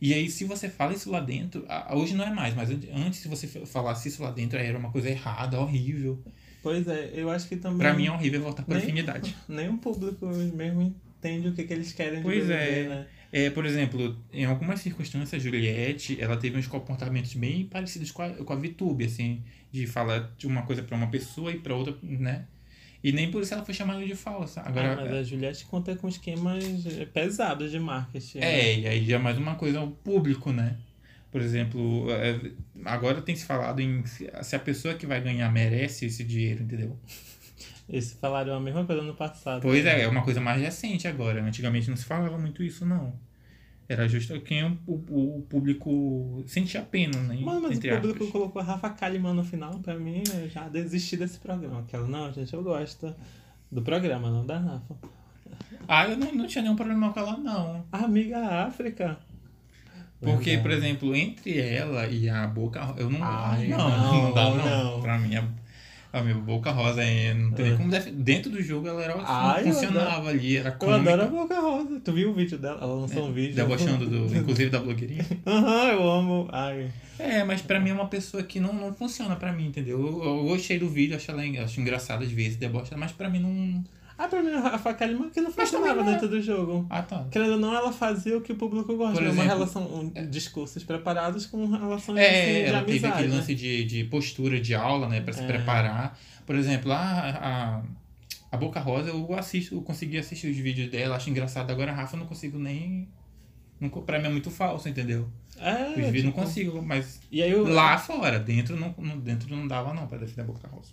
Speaker 3: E aí, se você fala isso lá dentro, a- a- hoje não é mais, mas an- antes, se você f- falasse isso lá dentro, aí era uma coisa errada, horrível.
Speaker 2: Pois é, eu acho que também.
Speaker 3: Pra mim é horrível votar por
Speaker 2: Nem-
Speaker 3: afinidade.
Speaker 2: Nem o público mesmo entende o que, que eles querem de
Speaker 3: Pois é.
Speaker 2: BBB, né?
Speaker 3: É, por exemplo, em algumas circunstâncias, a Juliette, ela teve uns comportamentos bem parecidos com a, com a Vitube, assim, de falar de uma coisa pra uma pessoa e pra outra, né? E nem por isso ela foi chamada de falsa. Agora,
Speaker 2: Ah, mas a Juliette conta com esquemas é, pesados de marketing. né?
Speaker 3: É, e aí já é mais uma coisa ao público, né? Por exemplo, é, agora tem se falado em se se a pessoa que vai ganhar merece esse dinheiro, entendeu?
Speaker 2: Eles falaram a mesma coisa no passado.
Speaker 3: Pois é, é uma coisa mais recente agora. Antigamente não se falava muito isso, não. Era justo quem o, o- o público sentia pena, né?
Speaker 2: Mano, mas
Speaker 3: Entre
Speaker 2: o público
Speaker 3: aspas.
Speaker 2: colocou a Rafa Kalimann no final, pra mim, eu já desisti desse programa. Aquela, não, gente, eu gosto do programa, não da Rafa.
Speaker 3: Ah, eu não, não tinha nenhum problema com ela, não.
Speaker 2: A amiga África. é.
Speaker 3: Porque,
Speaker 2: Verdade.
Speaker 3: por exemplo, entre ela e a Boca Rosa, eu não.
Speaker 2: Ai,
Speaker 3: não, não,
Speaker 2: não,
Speaker 3: dá, não.
Speaker 2: não.
Speaker 3: Pra mim, a, a minha Boca Rosa é. Não tem nem
Speaker 2: É.
Speaker 3: como. def- Dentro do jogo ela era, assim,
Speaker 2: Ai, eu
Speaker 3: funcionava ali, era
Speaker 2: Eu
Speaker 3: cômica.
Speaker 2: adoro a Boca Rosa. Tu viu o vídeo dela? Ela lançou um vídeo.
Speaker 3: Debochando, É, do, inclusive, da blogueirinha.
Speaker 2: Aham, eu amo. Ai.
Speaker 3: É, mas pra mim é uma pessoa que não, não funciona pra mim, entendeu? Eu, eu gostei do vídeo, acho ela en- acho engraçada às vezes, debochada, mas pra mim não.
Speaker 2: Ah, pra mim, a Rafa Kalimann que não
Speaker 3: Mas também
Speaker 2: funcionava
Speaker 3: não é-
Speaker 2: dentro do jogo.
Speaker 3: Ah, tá.
Speaker 2: Querendo ou não, ela fazia o que o público gosta.
Speaker 3: Por
Speaker 2: né? uma
Speaker 3: exemplo,
Speaker 2: relação, um, discursos preparados com relações assim,
Speaker 3: É,
Speaker 2: de
Speaker 3: ela teve
Speaker 2: amizade.
Speaker 3: aquele
Speaker 2: né?
Speaker 3: lance de, de postura de aula, né, pra se
Speaker 2: É.
Speaker 3: preparar. Por exemplo, a, a, a Boca Rosa, eu assisto, eu consegui assistir os vídeos dela, acho engraçado. Agora a Rafa eu não consigo nem. Não, co- pra mim é muito falso, entendeu?
Speaker 2: É,
Speaker 3: Os vídeos eu
Speaker 2: tipo,
Speaker 3: não consigo, mas
Speaker 2: E aí eu.
Speaker 3: lá fora, dentro não, não- dentro não dava não pra defender a Boca Rosa.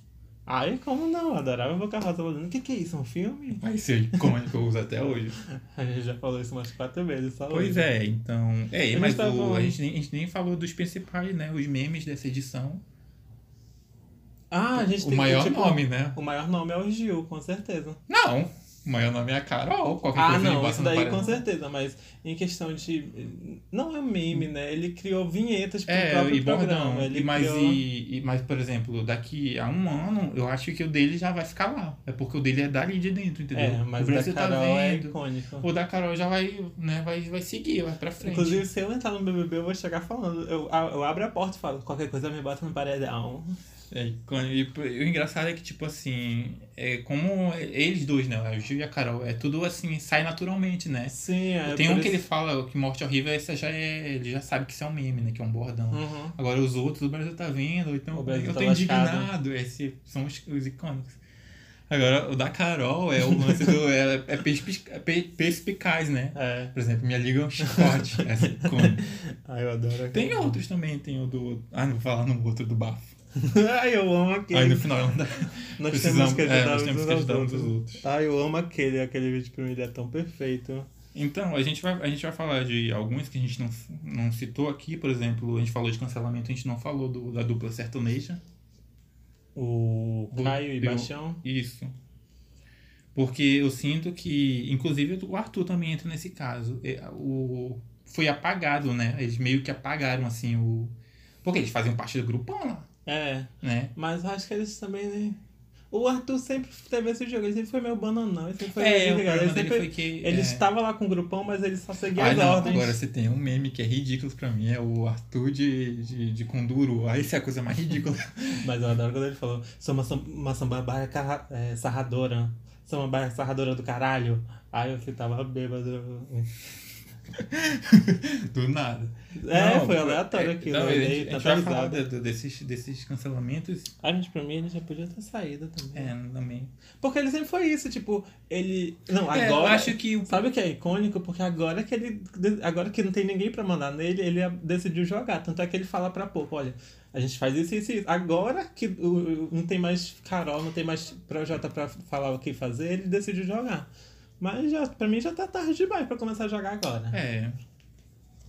Speaker 2: Ai, como não? Eu adorava a Boca Rosa falando. O que, que é isso? Um filme?
Speaker 3: Vai ser icônico, é eu uso até hoje.
Speaker 2: A gente já falou isso umas quatro vezes, só
Speaker 3: Pois
Speaker 2: hoje.
Speaker 3: é, então. É,
Speaker 2: gente
Speaker 3: mas
Speaker 2: tava
Speaker 3: o- a,
Speaker 2: falando-
Speaker 3: gente nem, a gente nem falou dos principais, né? Os memes dessa edição.
Speaker 2: Ah, a gente
Speaker 3: o
Speaker 2: tem
Speaker 3: maior
Speaker 2: que, tipo,
Speaker 3: nome, né?
Speaker 2: O maior nome é o Gil, com certeza.
Speaker 3: Não! O maior nome é a Carol. Qualquer
Speaker 2: Ah,
Speaker 3: coisa ele
Speaker 2: não,
Speaker 3: bota
Speaker 2: isso
Speaker 3: no
Speaker 2: daí
Speaker 3: paredão.
Speaker 2: com certeza, mas em questão de. Não é meme, né? Ele criou vinhetas pro
Speaker 3: É,
Speaker 2: próprio
Speaker 3: e
Speaker 2: programa.
Speaker 3: bordão.
Speaker 2: Ele
Speaker 3: E, mas,
Speaker 2: criou...
Speaker 3: e, e- mas, por exemplo, daqui a um ano, eu acho que o dele já vai ficar lá. É porque o dele é dali de dentro, entendeu?
Speaker 2: É, mas
Speaker 3: o Brasil
Speaker 2: da Carol
Speaker 3: tá
Speaker 2: é
Speaker 3: vendo.
Speaker 2: icônico.
Speaker 3: O da Carol já vai, né, vai, vai seguir, vai pra frente.
Speaker 2: Inclusive, se eu entrar no BBB, eu vou chegar falando. Eu, a- eu abro a porta e falo, qualquer coisa me bota no paredão.
Speaker 3: É, e quando- e p- e o engraçado é que, tipo assim, é como eles dois, né? O Gil e a Carol, é tudo assim, sai naturalmente, né?
Speaker 2: Sim, é.
Speaker 3: Tem um
Speaker 2: por
Speaker 3: que ele
Speaker 2: isso-
Speaker 3: fala que morte horrível, essa já é. Ele já sabe que isso é um meme, né? Que é um bordão.
Speaker 2: Uhum.
Speaker 3: Agora os outros, o Brasil tá vendo, ou então
Speaker 2: O Brasil
Speaker 3: eu
Speaker 2: tá
Speaker 3: tô
Speaker 2: lascado.
Speaker 3: indignado. Esses são os, os icônicos. Agora, o da Carol é o lance do. É, é perspic- é pe- perspicaz, né?
Speaker 2: É.
Speaker 3: Por exemplo, minha liga é um chicote. Essa é icônica.
Speaker 2: Ai, eu adoro aquele.
Speaker 3: Tem um. outros também, tem o do. Ah, não vou falar no outro do bafo.
Speaker 2: Ai, eu amo aquele.
Speaker 3: Aí no final ela dá.
Speaker 2: Nós temos
Speaker 3: precisamos-
Speaker 2: que
Speaker 3: é,
Speaker 2: ajudar
Speaker 3: nós
Speaker 2: os
Speaker 3: temos
Speaker 2: uns
Speaker 3: que
Speaker 2: aos
Speaker 3: ajudar uns
Speaker 2: outros.
Speaker 3: aos outros.
Speaker 2: Ai, eu amo aquele. Aquele vídeo pra mim ele é tão perfeito.
Speaker 3: Então, a gente vai, a gente vai falar de alguns que a gente não, não citou aqui, por exemplo, a gente falou de cancelamento, a gente não falou do- da dupla sertaneja.
Speaker 2: O
Speaker 3: Do-
Speaker 2: Caio e
Speaker 3: eu-
Speaker 2: Baixão.
Speaker 3: Isso. Porque eu sinto que, inclusive, o Arthur também entra nesse caso. É, O, foi apagado, né? Eles meio que apagaram, assim, o. Porque eles faziam parte do grupão lá,
Speaker 2: É.
Speaker 3: né?
Speaker 2: Mas eu acho que eles também, né? O Arthur sempre teve esse jogo, ele sempre foi meio bananão, ele sempre foi
Speaker 3: é,
Speaker 2: meio ligado,
Speaker 3: o problema
Speaker 2: ele
Speaker 3: dele
Speaker 2: sempre.
Speaker 3: foi que.
Speaker 2: Ele
Speaker 3: é...
Speaker 2: estava lá com o grupão, mas ele só seguia
Speaker 3: Ai,
Speaker 2: as
Speaker 3: não,
Speaker 2: ordens.
Speaker 3: agora você tem um meme que é ridículo pra mim, é o Arthur de, de, de Kunduru. Aí isso é a coisa mais ridícula.
Speaker 2: Mas eu adoro quando ele falou, sou uma, sam- uma samambaia carra- é, sarradora. Samambaia sarradora do caralho. Aí eu que tava bêbado.
Speaker 3: Do nada.
Speaker 2: É,
Speaker 3: Não, tipo,
Speaker 2: foi aleatório aquilo.
Speaker 3: não,
Speaker 2: eu
Speaker 3: a gente,
Speaker 2: olhei,
Speaker 3: a gente
Speaker 2: tá
Speaker 3: vai falar
Speaker 2: atualizado.
Speaker 3: de- de- desses, desses cancelamentos.
Speaker 2: Ah, mas pra mim ele já podia ter saído também.
Speaker 3: É, também.
Speaker 2: Porque ele sempre foi isso, tipo, ele. Não,
Speaker 3: É, eu
Speaker 2: agora.
Speaker 3: acho que o
Speaker 2: Sabe o que é icônico? Porque agora que ele. Agora que não tem ninguém pra mandar nele, ele decidiu jogar. Tanto é que ele fala pra pouco, olha, a gente faz isso, isso, e isso. Agora que o- não tem mais Carol, não tem mais Projota pra falar o que fazer, ele decidiu jogar. Mas já, pra mim já tá tarde demais pra começar a jogar agora.
Speaker 3: É.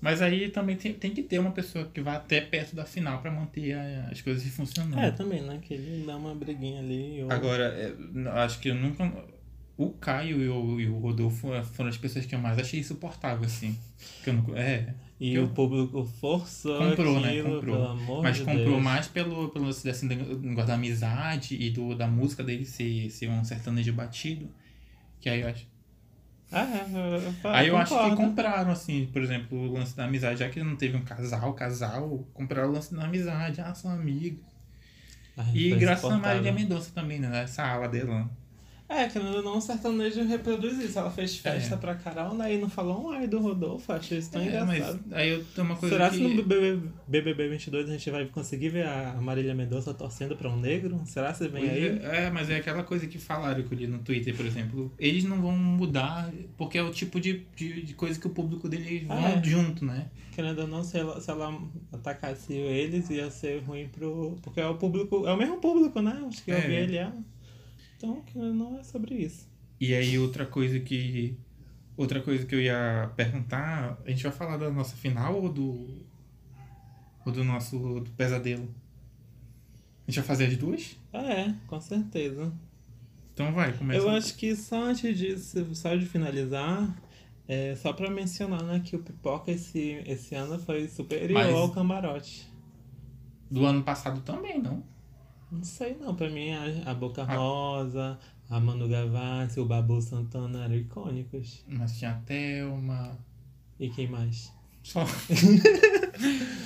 Speaker 3: Mas aí também tem, tem que ter uma pessoa que vá até perto da final pra manter a- as coisas funcionando.
Speaker 2: É, também, né? Que ele dá uma briguinha ali. ou-
Speaker 3: Agora, é, n- acho que eu nunca. O Caio e o, e o Rodolfo é, foram as pessoas que eu mais achei insuportável, assim. Que eu não, é,
Speaker 2: e
Speaker 3: eu-
Speaker 2: o público forçou
Speaker 3: comprou, né?
Speaker 2: aquilo,
Speaker 3: Comprou.
Speaker 2: pelo amor
Speaker 3: Mas
Speaker 2: de
Speaker 3: comprou
Speaker 2: Oh, Deus.
Speaker 3: mais pelo, pelo lance desse negócio da amizade e do, da música dele ser, ser um sertanejo batido. Que aí eu acho.
Speaker 2: Ah, é, eu, eu,
Speaker 3: Aí eu acho que
Speaker 2: concordo.
Speaker 3: compraram, assim, por exemplo, o lance da amizade, já que não teve um casal, casal, compraram o lance da amizade, ah, são amigos.
Speaker 2: Ai,
Speaker 3: E
Speaker 2: foi
Speaker 3: graças a
Speaker 2: insuportável.
Speaker 3: Marília Mendonça também, né? Essa ala dela.
Speaker 2: É, que não, não, o sertanejo reproduz isso. Ela fez festa
Speaker 3: É.
Speaker 2: pra Carol, né? E não falou um ai do Rodolfo. Achei isso tão
Speaker 3: É, mas
Speaker 2: engraçado.
Speaker 3: aí eu tenho uma coisa
Speaker 2: Será
Speaker 3: que...
Speaker 2: que no BBB, BBB 22 a gente vai conseguir ver a Marília Mendonça torcendo pra um negro? Será que você vem aí?
Speaker 3: É, mas é aquela coisa que falaram que eu li no Twitter, por exemplo. Eles não vão mudar, porque é o tipo de, de, de coisa que o público dele vão
Speaker 2: Ah, é.
Speaker 3: junto, né?
Speaker 2: Querendo ou não, se ela, se ela atacasse eles, ia ser ruim pro. Porque é o público. É o mesmo público, né? Acho que eu
Speaker 3: É.
Speaker 2: vi ele é. Então, querendo ou não é sobre isso.
Speaker 3: E aí outra coisa que. Outra coisa que eu ia perguntar, a gente vai falar da nossa final ou do. Ou do nosso do pesadelo? A gente vai fazer as duas?
Speaker 2: É, com certeza.
Speaker 3: Então vai, começa.
Speaker 2: Eu acho que só antes disso, só de finalizar, é, só pra mencionar, né, que o Pipoca esse, esse ano foi superior
Speaker 3: Mas-
Speaker 2: ao Camarote.
Speaker 3: Do ano passado também, não?
Speaker 2: Não sei não, pra mim a, a Boca
Speaker 3: Ah.
Speaker 2: Rosa, a Manu Gavassi, o Babu Santana eram icônicos.
Speaker 3: Mas tinha a Thelma.
Speaker 2: E quem mais?
Speaker 3: Só.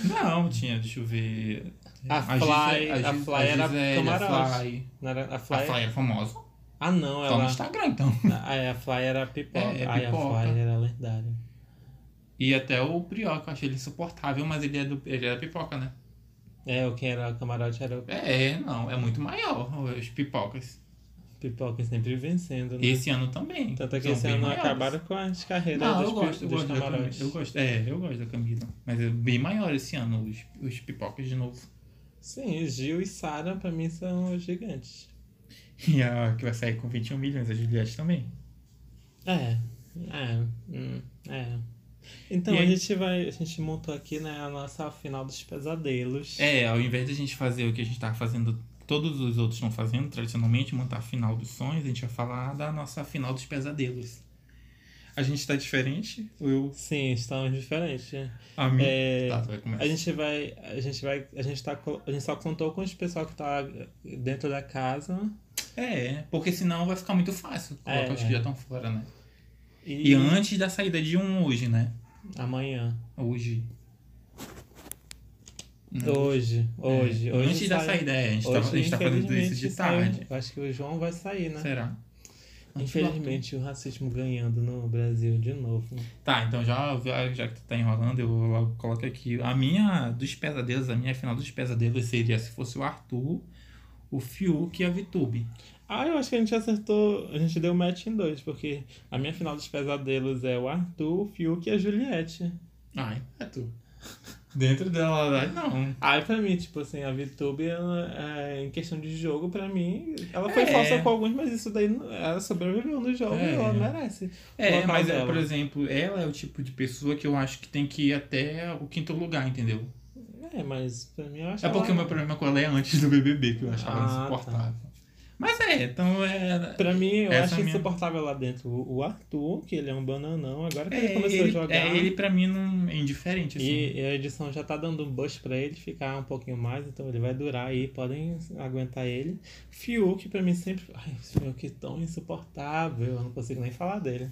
Speaker 3: não, tinha, deixa eu ver. é,
Speaker 2: A Fly-
Speaker 3: Gise-
Speaker 2: a
Speaker 3: Gis-
Speaker 2: Fly era
Speaker 3: Gisele, a
Speaker 2: camarote.
Speaker 3: Fly.
Speaker 2: Não era a Fly?
Speaker 3: A Fly era famosa.
Speaker 2: Ah não,
Speaker 3: Só no
Speaker 2: ela...
Speaker 3: Instagram, então.
Speaker 2: Ah, é, a Fly era a Pipoca.
Speaker 3: É, é
Speaker 2: Ai, a
Speaker 3: Pipoca.
Speaker 2: Fly era lendária.
Speaker 3: E até o Prior, que eu achei ele insuportável, mas ele é, do, ele é da pipoca, né?
Speaker 2: É, o quem era o Camarote era o
Speaker 3: É, não, é muito maior os pipocas.
Speaker 2: Pipoca sempre vencendo, né?
Speaker 3: Esse ano também.
Speaker 2: Tanto é que
Speaker 3: são
Speaker 2: esse
Speaker 3: bem
Speaker 2: ano
Speaker 3: maiores.
Speaker 2: acabaram com as carreiras
Speaker 3: Não,
Speaker 2: dos,
Speaker 3: eu
Speaker 2: pi-
Speaker 3: gosto, eu
Speaker 2: dos
Speaker 3: gosto, da Camila,
Speaker 2: camarotes.
Speaker 3: eu gosto. É, eu gosto da Camila. Mas é bem maior esse ano os, os pipocas de novo.
Speaker 2: Sim, Gil e Sara pra mim são os gigantes.
Speaker 3: E a que vai sair com 21 milhões, a Juliette também.
Speaker 2: É, é, hum, é. Então
Speaker 3: E
Speaker 2: a
Speaker 3: aí-
Speaker 2: gente vai, a gente montou aqui né, a nossa final dos pesadelos.
Speaker 3: É, ao invés de a gente fazer o que a gente tá fazendo, todos os outros estão fazendo tradicionalmente, montar a final dos sonhos, a gente vai falar da nossa final dos pesadelos. A gente tá diferente? Ou eu.
Speaker 2: Sim, estamos diferentes.
Speaker 3: A mim.
Speaker 2: É,
Speaker 3: Hum, Tá, tu vai começar.
Speaker 2: A gente vai, a gente vai, a gente tá, co- a gente só contou com os pessoal que tá dentro da casa.
Speaker 3: É, porque senão vai ficar muito fácil. Coloca
Speaker 2: É,
Speaker 3: os
Speaker 2: é.
Speaker 3: que já estão fora, né?
Speaker 2: E,
Speaker 3: E antes da saída de um hoje, né?
Speaker 2: amanhã,
Speaker 3: Hoje. Não.
Speaker 2: hoje, hoje,
Speaker 3: É,
Speaker 2: hoje
Speaker 3: Antes da
Speaker 2: sai-
Speaker 3: saída, é. A gente,
Speaker 2: hoje,
Speaker 3: tá, a gente tá fazendo isso
Speaker 2: infelizmente,
Speaker 3: de
Speaker 2: saiu.
Speaker 3: tarde.
Speaker 2: Eu Acho que o João vai sair, né?
Speaker 3: Será?
Speaker 2: Infelizmente, o racismo ganhando no Brasil de novo.
Speaker 3: Tá, então já, já que tu tá enrolando, eu logo coloco aqui. A minha dos pesadelos, a minha final dos pesadelos seria se fosse o Arthur, o Fiuk e a Vitube.
Speaker 2: Ah, eu acho que a gente acertou. A gente deu match em dois, porque a minha final dos pesadelos é o Arthur, o Fiuk e a Juliette.
Speaker 3: Ai, é tu. Dentro dela, né? não.
Speaker 2: Aí pra mim, tipo assim, a VTube, ela, é, em questão de jogo, pra mim, ela foi
Speaker 3: É.
Speaker 2: falsa com alguns, mas isso daí não- ela sobreviveu no jogo
Speaker 3: É.
Speaker 2: e ela merece.
Speaker 3: É,
Speaker 2: Colocar
Speaker 3: mas,
Speaker 2: o
Speaker 3: é,
Speaker 2: dela.
Speaker 3: por exemplo, ela é o tipo de pessoa que eu acho que tem que ir até o quinto lugar, entendeu?
Speaker 2: É, mas pra mim eu acho
Speaker 3: É porque o
Speaker 2: ela...
Speaker 3: meu problema com ela é antes do BBB, que eu achava
Speaker 2: Ah,
Speaker 3: insuportável. Mas é, então é...
Speaker 2: Pra mim, eu
Speaker 3: Essa é a
Speaker 2: acho
Speaker 3: minha-
Speaker 2: insuportável lá dentro o o Arthur, que ele é um bananão, agora que ele
Speaker 3: É,
Speaker 2: começou a
Speaker 3: ele,
Speaker 2: jogar.
Speaker 3: é, ele pra mim não é indiferente, assim.
Speaker 2: E e a edição já tá dando um boost pra ele ficar um pouquinho mais, então ele vai durar aí, podem aguentar ele. Fiuk, pra mim, sempre. Ai, esse Fiuk é tão insuportável, eu não consigo nem falar dele.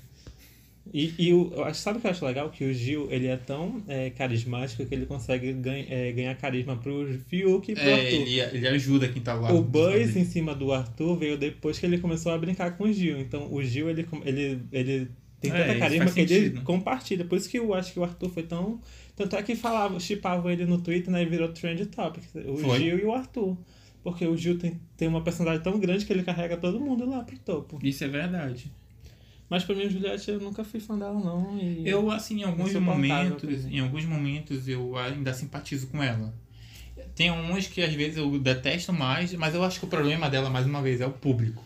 Speaker 2: E, e o, eu acho- sabe o que eu acho legal? Que o Gil, ele é tão é, carismático que ele consegue ganha- é, ganhar carisma pro Fiuk e pro
Speaker 3: É,
Speaker 2: Arthur.
Speaker 3: ele, ele ajuda quem tá lá.
Speaker 2: O buzz em cima do Arthur veio depois que ele começou a brincar com o Gil. Então o Gil ele, com- ele, ele Tem
Speaker 3: É,
Speaker 2: tanta
Speaker 3: isso
Speaker 2: carisma
Speaker 3: faz
Speaker 2: que ele
Speaker 3: sentido. né?
Speaker 2: compartilha. Por isso que eu acho que o Arthur foi tão. Tanto é que falava, chipavam ele no Twitter, né? E virou trend topic. O
Speaker 3: Foi.
Speaker 2: Gil e o Arthur. Porque o Gil tem, tem uma personalidade tão grande que ele carrega todo mundo lá pro topo.
Speaker 3: Isso é verdade.
Speaker 2: Mas pra mim, a Juliette, eu nunca fui fã dela, não. E...
Speaker 3: Eu, assim, em alguns
Speaker 2: Insuportável pra
Speaker 3: momentos,
Speaker 2: mim.
Speaker 3: em alguns momentos eu ainda simpatizo com ela. Tem uns que às vezes eu detesto mais, mas eu acho que o problema dela, mais uma vez, é o público.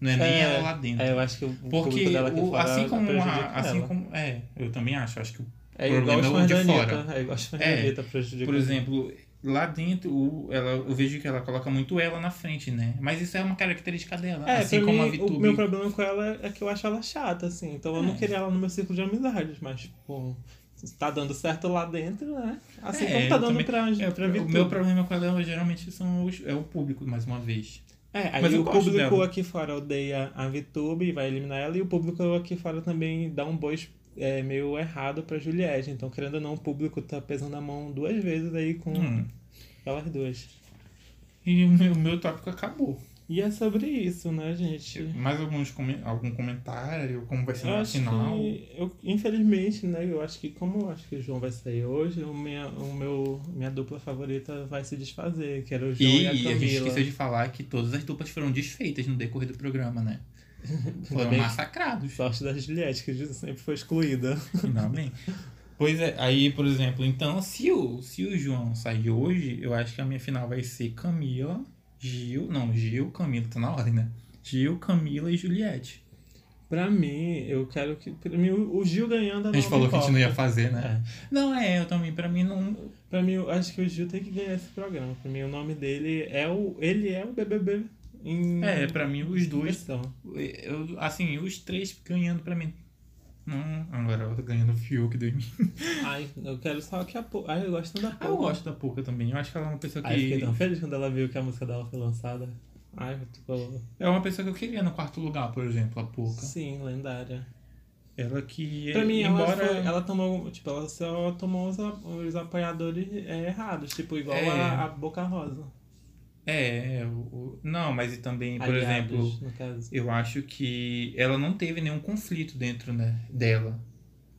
Speaker 3: Não é, nem ela lá dentro.
Speaker 2: É, eu acho que o
Speaker 3: Porque
Speaker 2: público dela aqui
Speaker 3: o-
Speaker 2: fora
Speaker 3: assim como a-
Speaker 2: prejudica
Speaker 3: assim
Speaker 2: ela.
Speaker 3: como é, eu também acho, acho que o
Speaker 2: É igual
Speaker 3: problema
Speaker 2: os
Speaker 3: é o
Speaker 2: fãs
Speaker 3: de
Speaker 2: da
Speaker 3: fora.
Speaker 2: Anitta. É igual os fãs da
Speaker 3: É,
Speaker 2: Anitta prejudica.
Speaker 3: Por exemplo, lá dentro, o- ela, eu vejo que ela coloca muito ela na frente, né? Mas isso é uma característica dela,
Speaker 2: É,
Speaker 3: assim
Speaker 2: pra
Speaker 3: como
Speaker 2: mim,
Speaker 3: a Vitube.
Speaker 2: o meu problema com ela é que eu acho ela chata, assim. Então eu não
Speaker 3: É.
Speaker 2: queria ela no meu círculo de amizades, mas, tipo, se tá dando certo lá dentro, né? Assim
Speaker 3: É,
Speaker 2: como tá
Speaker 3: eu
Speaker 2: dando
Speaker 3: também-
Speaker 2: pra,
Speaker 3: É,
Speaker 2: pra
Speaker 3: o
Speaker 2: Vitube.
Speaker 3: meu problema com ela geralmente são os- é o público, mais uma vez.
Speaker 2: É, aí
Speaker 3: Mas eu
Speaker 2: o
Speaker 3: gosto
Speaker 2: público
Speaker 3: dela.
Speaker 2: aqui fora odeia a Vitube e vai eliminar ela, e o público aqui fora também dá um boi é, meio errado pra Juliette. Então, querendo ou não, o público tá pesando a mão duas vezes aí com
Speaker 3: Hum.
Speaker 2: elas duas.
Speaker 3: E o meu, o meu tópico acabou.
Speaker 2: E é sobre isso, né, gente?
Speaker 3: Mais alguns, comen- algum comentário, como vai ser
Speaker 2: Eu
Speaker 3: no
Speaker 2: acho
Speaker 3: final.
Speaker 2: que, eu, infelizmente, né, eu acho que como eu acho que o João vai sair hoje, o minha, o meu, minha dupla favorita vai se desfazer, que era o João e,
Speaker 3: E,
Speaker 2: a
Speaker 3: e a gente
Speaker 2: Camila.
Speaker 3: esqueceu de falar que todas as duplas foram desfeitas no decorrer do programa, né? Foram
Speaker 2: bem que-
Speaker 3: massacrados.
Speaker 2: Sorte da Juliette, que sempre foi excluída.
Speaker 3: Finalmente. Pois é, aí, por exemplo, então, se o, se o João sair hoje, eu acho que a minha final vai ser Camila, Gil. Não, Gil, Camila, tá na ordem, né? Gil, Camila e Juliette.
Speaker 2: Pra mim, eu quero que... Pra mim, o o Gil ganhando...
Speaker 3: A gente falou que a gente não ia fazer,
Speaker 2: É.
Speaker 3: né? Não, é, eu também, pra mim não.
Speaker 2: Pra mim, eu acho que o Gil tem que ganhar esse programa. Pra mim, o nome dele é o... Ele é o BBB em...
Speaker 3: É, pra mim os dois.
Speaker 2: versão.
Speaker 3: Eu, assim, os três ganhando pra mim. Não, agora eu tô ganhando o Fiuk do
Speaker 2: Ai, eu quero só que a... Pou- Ai, eu gosto tanto da
Speaker 3: Ah, eu
Speaker 2: Pou.
Speaker 3: gosto da Pouca também. Eu acho que ela é uma pessoa que.
Speaker 2: Ai, Ah, eu fiquei tão feliz quando ela viu que a música dela foi lançada. Ai, tipo,
Speaker 3: É uma pessoa que eu queria no quarto lugar, por exemplo, a Pouca.
Speaker 2: sim, lendária.
Speaker 3: Ela que.
Speaker 2: Pra mim,
Speaker 3: embora...
Speaker 2: ela, foi, ela tomou, tipo, ela só tomou os, a- os apoiadores é, errados, tipo, igual
Speaker 3: É.
Speaker 2: a, a Boca Rosa.
Speaker 3: É, é, o- o- não, mas e também, por
Speaker 2: Aliados,
Speaker 3: exemplo,
Speaker 2: no caso.
Speaker 3: eu acho que ela não teve nenhum conflito dentro né, dela.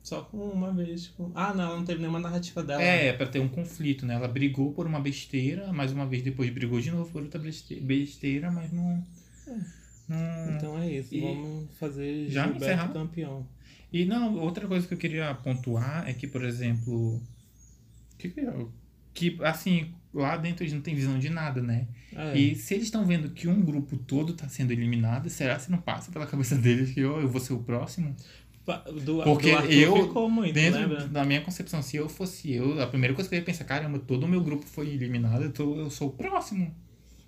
Speaker 2: Só com uma vez. tipo, Ah, não, ela não teve nenhuma narrativa dela.
Speaker 3: É, pra ter um conflito, né? Ela brigou por uma besteira, mais uma vez depois brigou de novo por outra beste- besteira, mas não.
Speaker 2: É.
Speaker 3: não...
Speaker 2: Então é isso,
Speaker 3: E-
Speaker 2: vamos fazer
Speaker 3: Já
Speaker 2: Gilberto
Speaker 3: encerrar?
Speaker 2: campeão.
Speaker 3: E não, outra coisa que eu queria pontuar é que, por exemplo. Que, que eu- que assim, lá dentro eles não têm visão de nada, né?
Speaker 2: É.
Speaker 3: E se eles estão vendo que um grupo todo tá sendo eliminado, será que não passa pela cabeça deles que "Oh, eu vou ser o próximo?
Speaker 2: Pa- Do,
Speaker 3: Porque
Speaker 2: do Arthur
Speaker 3: eu,
Speaker 2: ficou muito,
Speaker 3: Dentro
Speaker 2: lembra?
Speaker 3: da minha concepção, se eu fosse eu, a primeira coisa que eu ia pensar, caramba, todo o meu grupo foi eliminado, eu, tô- eu sou o próximo.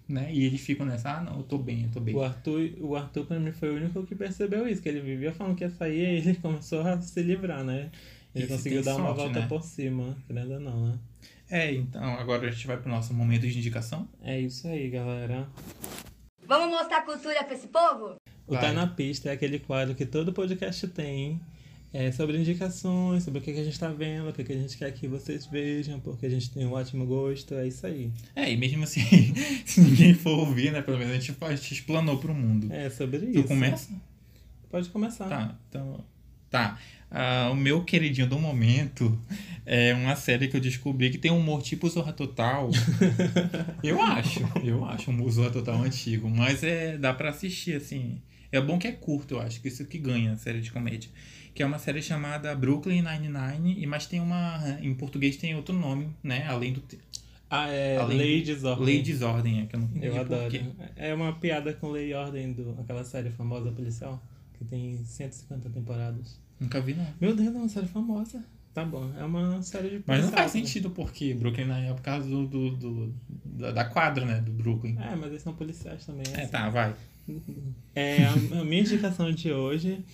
Speaker 3: Né? E eles ficam nessa, ah não, eu tô bem, eu tô bem.
Speaker 2: O Arthur, o Arthur, pra mim, foi o único que percebeu isso, que ele vivia falando que ia sair e ele começou a se livrar, né? Ele
Speaker 3: Isso
Speaker 2: conseguiu
Speaker 3: tem
Speaker 2: dar uma
Speaker 3: sorte,
Speaker 2: volta
Speaker 3: né?
Speaker 2: por cima, querendo ou não, né?
Speaker 3: É, então agora a gente vai pro nosso momento de indicação.
Speaker 2: É isso aí, galera.
Speaker 4: Vamos mostrar cultura pra esse povo?
Speaker 2: O
Speaker 3: Vai.
Speaker 2: Tá na Pista é aquele quadro que todo podcast tem. É sobre indicações, sobre o que que a gente tá vendo, o que que a gente quer que vocês vejam, porque a gente tem um ótimo gosto, é isso aí.
Speaker 3: É, e mesmo assim, se ninguém for ouvir, né, pelo menos a gente, faz- a gente explanou pro mundo.
Speaker 2: É sobre
Speaker 3: tu
Speaker 2: isso.
Speaker 3: começa?
Speaker 2: Pode começar.
Speaker 3: Tá, então. Tá. Ah, o meu queridinho do momento é uma série que eu descobri que tem um humor tipo Zorra Total. eu acho, eu acho um Zorra Total antigo, mas é dá pra assistir assim. É bom que é curto, eu acho que isso que ganha a série de comédia. Que é uma série chamada Brooklyn Nine-Nine, e mas tem uma. Em português tem outro nome, né? Além do. te-
Speaker 2: Ah, é
Speaker 3: Além
Speaker 2: Lei Desordem.
Speaker 3: Lei Desordem, é que eu não entendi
Speaker 2: Eu
Speaker 3: por
Speaker 2: adoro.
Speaker 3: quê.
Speaker 2: É uma piada com Lei e Ordem, do, aquela série famosa policial, que tem 150 temporadas.
Speaker 3: Nunca vi, não.
Speaker 2: Meu Deus, é uma série famosa. Tá bom, é uma série de
Speaker 3: Mas não
Speaker 2: policial,
Speaker 3: faz
Speaker 2: né?
Speaker 3: sentido porque Brooklyn Nine é por causa do, do, do- da, da quadra, né? Do Brooklyn.
Speaker 2: É, mas eles são policiais também.
Speaker 3: É,
Speaker 2: assim.
Speaker 3: tá, vai.
Speaker 2: É, a, a minha indicação de hoje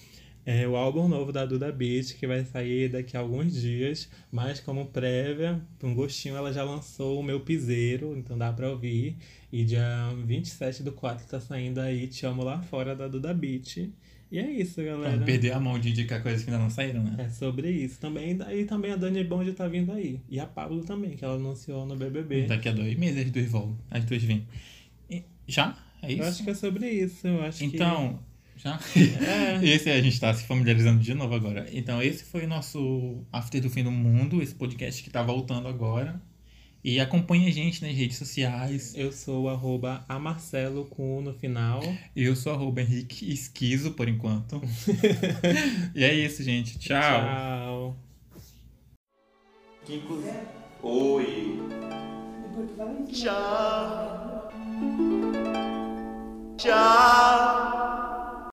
Speaker 2: é o álbum novo da Duda Beat, que vai sair daqui a alguns dias, mas como prévia, com gostinho, ela já lançou o meu piseiro, então dá pra ouvir. E dia 27 do 4 tá saindo aí Te Amo Lá Fora da Duda Beat. E é isso,
Speaker 3: Pra
Speaker 2: galera.
Speaker 3: não perder a mão de indicar coisas que ainda não saíram, né?
Speaker 2: É sobre isso também. E também a Dani Bond tá vindo aí. E a Pablo também, que ela anunciou no BBB.
Speaker 3: Daqui a dois meses as duas voltam. As duas vêm. E- Já? É
Speaker 2: Eu
Speaker 3: isso?
Speaker 2: acho que é sobre isso. Eu acho que...
Speaker 3: Então, Já? Esse a gente tá se familiarizando de novo agora. Então, esse foi o nosso After do Fim do Mundo, esse podcast que tá voltando agora. E acompanha a gente nas redes sociais.
Speaker 2: Eu sou o arroba amarcelo com U no final.
Speaker 3: Eu sou arroba Henrique Esquizo, por enquanto. e é isso, gente. Tchau.
Speaker 2: Tchau.
Speaker 1: Quem cozinha? Oi. Tchau. Tchau.